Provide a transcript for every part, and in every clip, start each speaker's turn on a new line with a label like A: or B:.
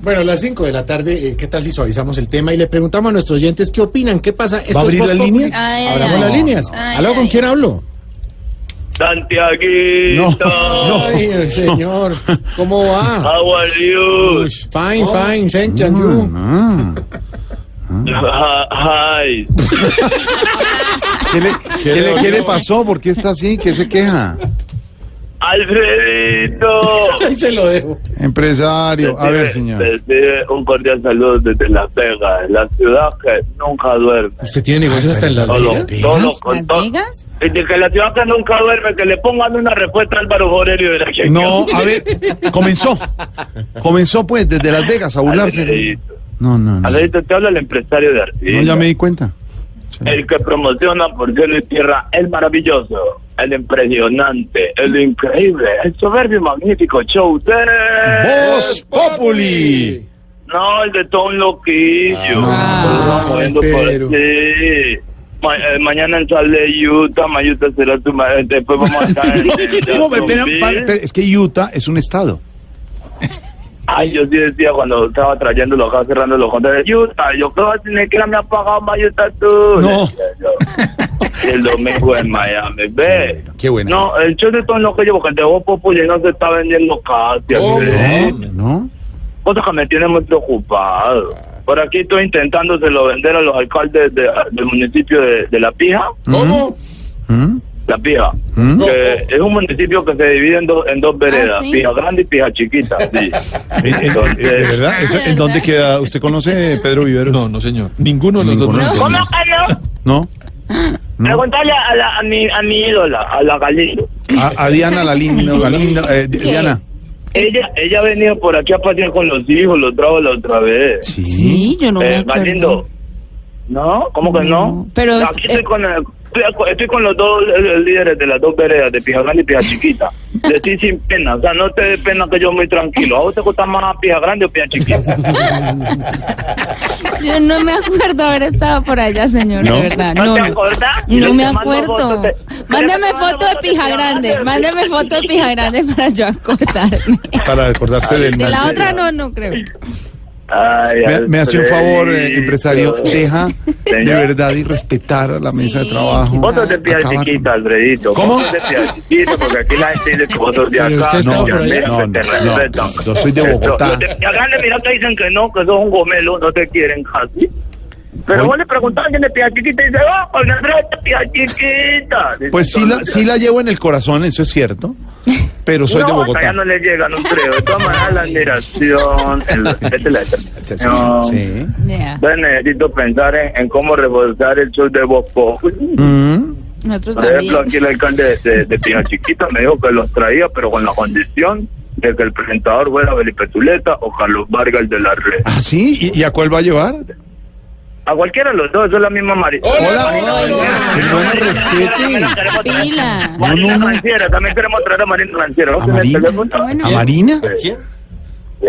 A: Bueno, a las 5 de la tarde, eh, ¿qué tal si suavizamos el tema y le preguntamos a nuestros oyentes qué opinan? ¿Qué pasa?
B: ¿Va a abrir
A: Voz
B: las
A: Populi.
B: líneas?
C: Ay, ay,
A: Ah, Abramos
C: ay.
A: las líneas.
C: Ay,
A: ¿Aló, con
C: ay.
A: quién hablo?
D: Santiaguito.
B: No.
A: Ay, el señor, ¿cómo va?
D: How are you?
A: Fine, fine, thank you. and you.
B: Ah,
D: Hi.
B: ¿Qué le, qué le- qué le pasó? ¿Por qué está así? ¿Qué se queja?
D: Alfredito.
A: Ahí se lo dejo.
B: Empresario. A ver,
D: Recibe-
B: señor.
D: recibe un cordial saludo desde Las Vegas, la ciudad que nunca duerme.
A: ¿Usted tiene negocios hasta en Las
D: Solo,
A: Vegas?
D: solo con
C: ¿Las
D: todo.
C: Vegas?
D: Y de que la ciudad que nunca duerme, que le pongan una respuesta a Álvaro Borelli de la Chequia.
B: No, a ver, comenzó. Comenzó pues desde Las Vegas a burlarse.
D: Alfredito,
B: No, no, no.
D: Alfredito, te habla el empresario de
B: No,
D: artistas.
B: ya me di cuenta.
D: El que promociona por cielo y tierra el maravilloso, el impresionante, el increíble, el soberbio y magnífico show de...
B: Voz Populi.
D: No, el de todo un loquillo.
A: Ah,
D: Lo estamos viendo
A: pero.
D: por- sí. Ma- eh, mañana en Sal de Utah, Mayuta será tu madre. Después vamos a estar en. en
B: No, espera,
D: Jacksonville.
B: pa- espera, es que Utah es un estado.
D: Ay, yo sí decía cuando estaba trayéndolo acá, cerrando los contratos. Utah, yo creo que tiene que me ha pagado Mayuta tú.
B: No.
D: Decía yo. El domingo en Miami, ve.
B: Qué buena.
D: No, el show de todo lo que yo, porque el de Voz Populi no se está vendiendo casi.
A: ¿Cómo?
B: ¿Eh?
D: ¿sí?
B: ¿No?
D: cosa que me tiene muy preocupado. Por aquí estoy intentándoselo vender a los alcaldes de- del municipio de, de La Pija.
A: ¿Cómo?
B: ¿Mm?
D: La Pija.
B: ¿Mm?
D: que es un municipio que se divide en, dos en dos veredas,
C: sí.
D: Pija Grande y Pija Chiquita. sí.
B: Eh, eh, eh, ¿De
D: Entonces,
B: verdad? ¿Eso-
C: ¿De
B: ¿En dónde
C: verdad?
B: queda? ¿Usted conoce Pedro Viveros?
E: No, no, señor. Ninguno de los
B: Ninguno de
E: dos.
B: los
E: No,
D: ¿Cómo que no?
B: ¿No?
D: Preguntale a, la- a mi, a mi ídola, a la Galindo.
B: A, a Diana Lalín, no, Galindo, eh, Di- Diana.
D: Ella, ella ha venido por aquí a pasear con los hijos, los trajo la otra vez.
B: Sí.
C: Sí, yo no me
D: Eh,
C: acuerdo.
D: Galindo. ¿No? ¿Cómo que no?
C: No, pero es-
D: Aquí estoy,
C: eh.
D: con el- estoy- estoy con los dos eh, líderes de las dos veredas, de Pija Grande y Pija Chiquita. Decir sin pena, o sea, no te dé pena que yo muy tranquilo. ¿A vos te gusta más Pija Grande o Pija Chiquita?
C: Yo no me acuerdo haber estado por allá, señor,
B: ¿No?
C: de verdad.
D: ¿No
C: No,
D: te
C: no.
D: acordás? Yo
C: No me
D: te mando
C: acuerdo.
D: fotos de-
C: Mándame
D: Yo te mando
C: foto de
D: fotos de
C: pija
D: Pija
C: grande.
D: Grande.
C: Mándame foto de pija grande para yo acordarme.
B: Para acordarse del
C: De la
B: mal.
C: otra no, no creo.
D: Ay,
B: Me, me hace un favor, eh, empresario.
D: Alfredito.
B: Deja de
D: Señor.
B: verdad y respetar a la mesa de
C: Sí,
B: trabajo.
D: Fotos de Pija
B: Acabar.
D: Chiquita, Alfredito.
B: ¿Cómo?
D: Fotos de Pija Chiquita, porque aquí la gente dice que fotos de
A: Pero
D: acá.
A: usted estaba
D: fotos de
A: por allá.
D: allá,
B: No,
D: que te
B: no,
D: respetan.
B: no, yo soy de Bogotá.
D: Los de Pija Grande, mira que dicen que no, que sos un gomelo, no te quieren casi. Pero
B: Oye.
D: vos le preguntás a alguien de Pija Chiquita y dice, ¡ah, con la rata Pija Chiquita! Dice,
B: Pues sí
D: "No,
B: la,
D: no,
B: sí la llevo en el corazón, eso es cierto. Pero soy
D: no,
B: de
D: hasta
B: Bogotá.
D: allá no le llega, no creo. De todas maneras, la admiración, el respeto y la determinación.
B: Sí.
C: Ya.
D: Entonces necesito pensar en, en cómo reforzar el show de Voz Populi.
B: Mm.
C: Nosotros
D: Por ejemplo,
C: también.
D: aquí el alcalde de, de, de Pino Chiquita me dijo que los traía, pero con la condición de que el presentador fuera Belipetuleta o Carlos Vargas de la Red.
B: ¿Ah, sí? ¿Y, y a cuál va a llevar?
D: A cualquiera de los dos, es la misma marisa.
B: Que no me respete.
C: Pila.
D: Marina
B: No, no, no.
D: Ranciera, también queremos traer a Marina Ranciera. ¿No
B: ¿A
D: tiene
B: Marina?
D: teléfono?
C: Ah, Bueno.
B: ¿A Marina?
D: Sí. Sí.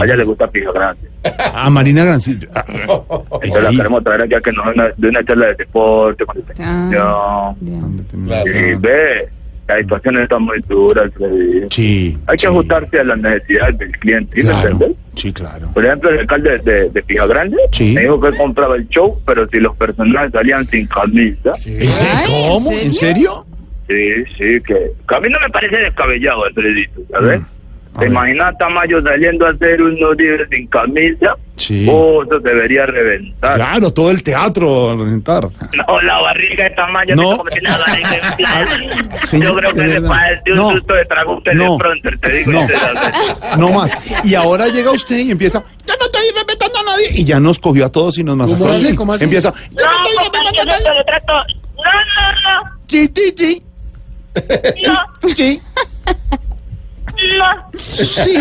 D: A ella le gusta Pino Grande.
B: A Ah, Marina Grancillo.
D: Entonces la queremos traer aquí a que nos dé una- de una charla de deporte, con determinación.
C: Ya.
D: Sí,
B: Ah,
D: ve, la situación está muy dura. Alfredito.
B: Sí.
D: Hay que
B: sí.
D: ajustarse a las necesidades del cliente. ¿sí me
B: Claro.
D: entendés?
B: Sí, claro.
D: Por ejemplo, el alcalde de, de Pija Grande
B: Sí.
D: me dijo que él compraba el show, pero si los personajes salían sin camisa.
B: ¿En serio?
C: Ay, ¿en
B: ¿Cómo? ¿En serio?
D: Sí, sí, que, que a mí no me parece descabellado, Alfredito, ¿sabes?
B: Mm, a
D: ¿Te
B: ver.
D: imaginas a Tamayo saliendo a hacer unos días sin camisa?
B: Sí.
D: Oh, eso debería reventar.
B: Claro, todo el teatro a reventar.
D: No, la barriga de Tamayo,
B: No.
D: mira cómo tiene la barriga en plan.
B: señor,
D: Yo creo
B: de
D: que le
B: verdad.
D: falta un
B: No.
D: susto de trago a usted de
B: No.
D: pronto, te digo.
B: No.
D: y te la-
B: No más. Y ahora llega usted y empieza, yo no estoy respetando a nadie. Y ya nos cogió a todos y nos masacró.
A: ¿Cómo así? ¿Cómo así?
B: Empieza,
D: No, porque yo no te lo trato. No,
B: sí, sí, sí,
D: no, no,
B: sí,
D: no, no.
B: sí.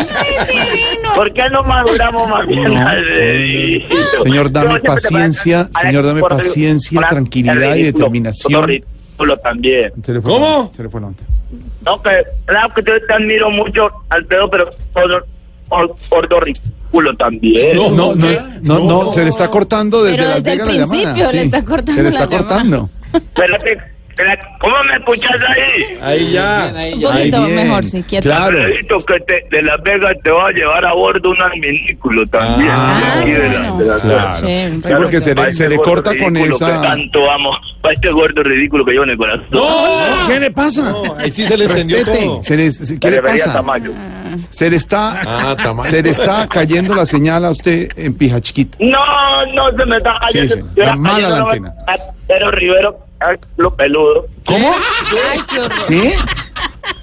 D: ¿Por qué no maduramos más bien?
B: No.
D: Alfredito?
B: Señor, dame
D: Yo siempre te
B: paciencia,
D: voy a-
B: señor, dame
D: por-
B: paciencia,
D: por-
B: tranquilidad y
D: ridículo,
B: determinación.
D: por ridículo también.
B: Se le fue
E: ¿Cómo?
B: adelante, Se le fue adelante.
D: No, que, claro que yo te admiro mucho, Alfredo, pero por, por, por lo ridículo también.
B: No, no, no, no, no,
A: No.
B: se le está cortando desde,
C: Pero
B: Las
C: desde el
B: Vegas la llamada,
C: principio le está cortando
B: Se le está
C: la llamada.
B: cortando.
D: Pero es que Espera, ¿Cómo me escuchas ahí?
B: Ahí ya.
E: Bien, ahí
C: Un
E: ya.
B: Ahí
C: poquito
B: bien.
C: mejor, sí, quieto.
B: Ah, Claro.
D: Pedrito, que te- de Las Vegas te va a llevar a bordo un adminículo también.
B: Ah,
D: de aquí de la- de la
B: claro.
D: zona.
C: Chévere,
B: Sí,
C: perfecto.
B: porque se le-
D: Para este gordo
B: corta con
D: ridículo
B: esa-
D: Que tanto amo. Para este gordo ridículo que llevo en el corazón.
B: ¡No!
A: ¿Qué le pasa?
E: No, ahí sí se le encendió
B: Respete.
E: todo.
B: Se les- se-
D: ¿Qué
B: ¿Qué le pasa?
D: Tamayo.
C: Mm.
B: Se le está,
E: Ah, Tamayo.
B: se le está cayendo la señal a usted en pija chiquita.
D: No, no se me está cayendo.
B: Sí, sí, la mala
D: Ayer
B: la
D: no me-
B: antena.
D: Ah, Pero Rivero, ah, lo peludo.
B: ¿Cómo?
C: Ay, qué horror.
B: ¿Qué?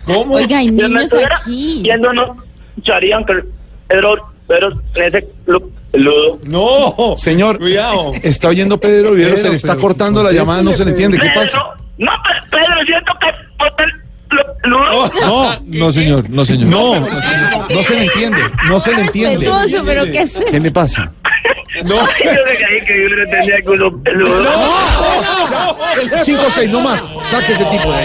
E: ¿Cómo?
C: Oiga, hay
D: Si me
C: niños
D: estuviera
C: aquí.
D: viendo, no echarían que pero, pero ese lo peludo.
E: No.
B: Señor,
E: Cuidado.
B: está oyendo Oh, Pedro Vivero,
E: Pedro,
B: se le está
E: pero
B: cortando la llamada, no se le entiende. ¿Qué
D: Pedro,
B: pasa?
D: No, pues, Pedro, siento que boté el- lo
B: Oh,
D: peludo.
B: No,
F: No, señor, no, señor.
B: no, no se le entiende, no se le entiende.
C: Respetuoso, pero ¿qué es
B: ¿Qué le
C: eso?
B: pasa?
E: No.
D: Yo le caí que yo no tenía culo peludo.
B: Cinco, seis, no más. Saque ese tipo de ahí.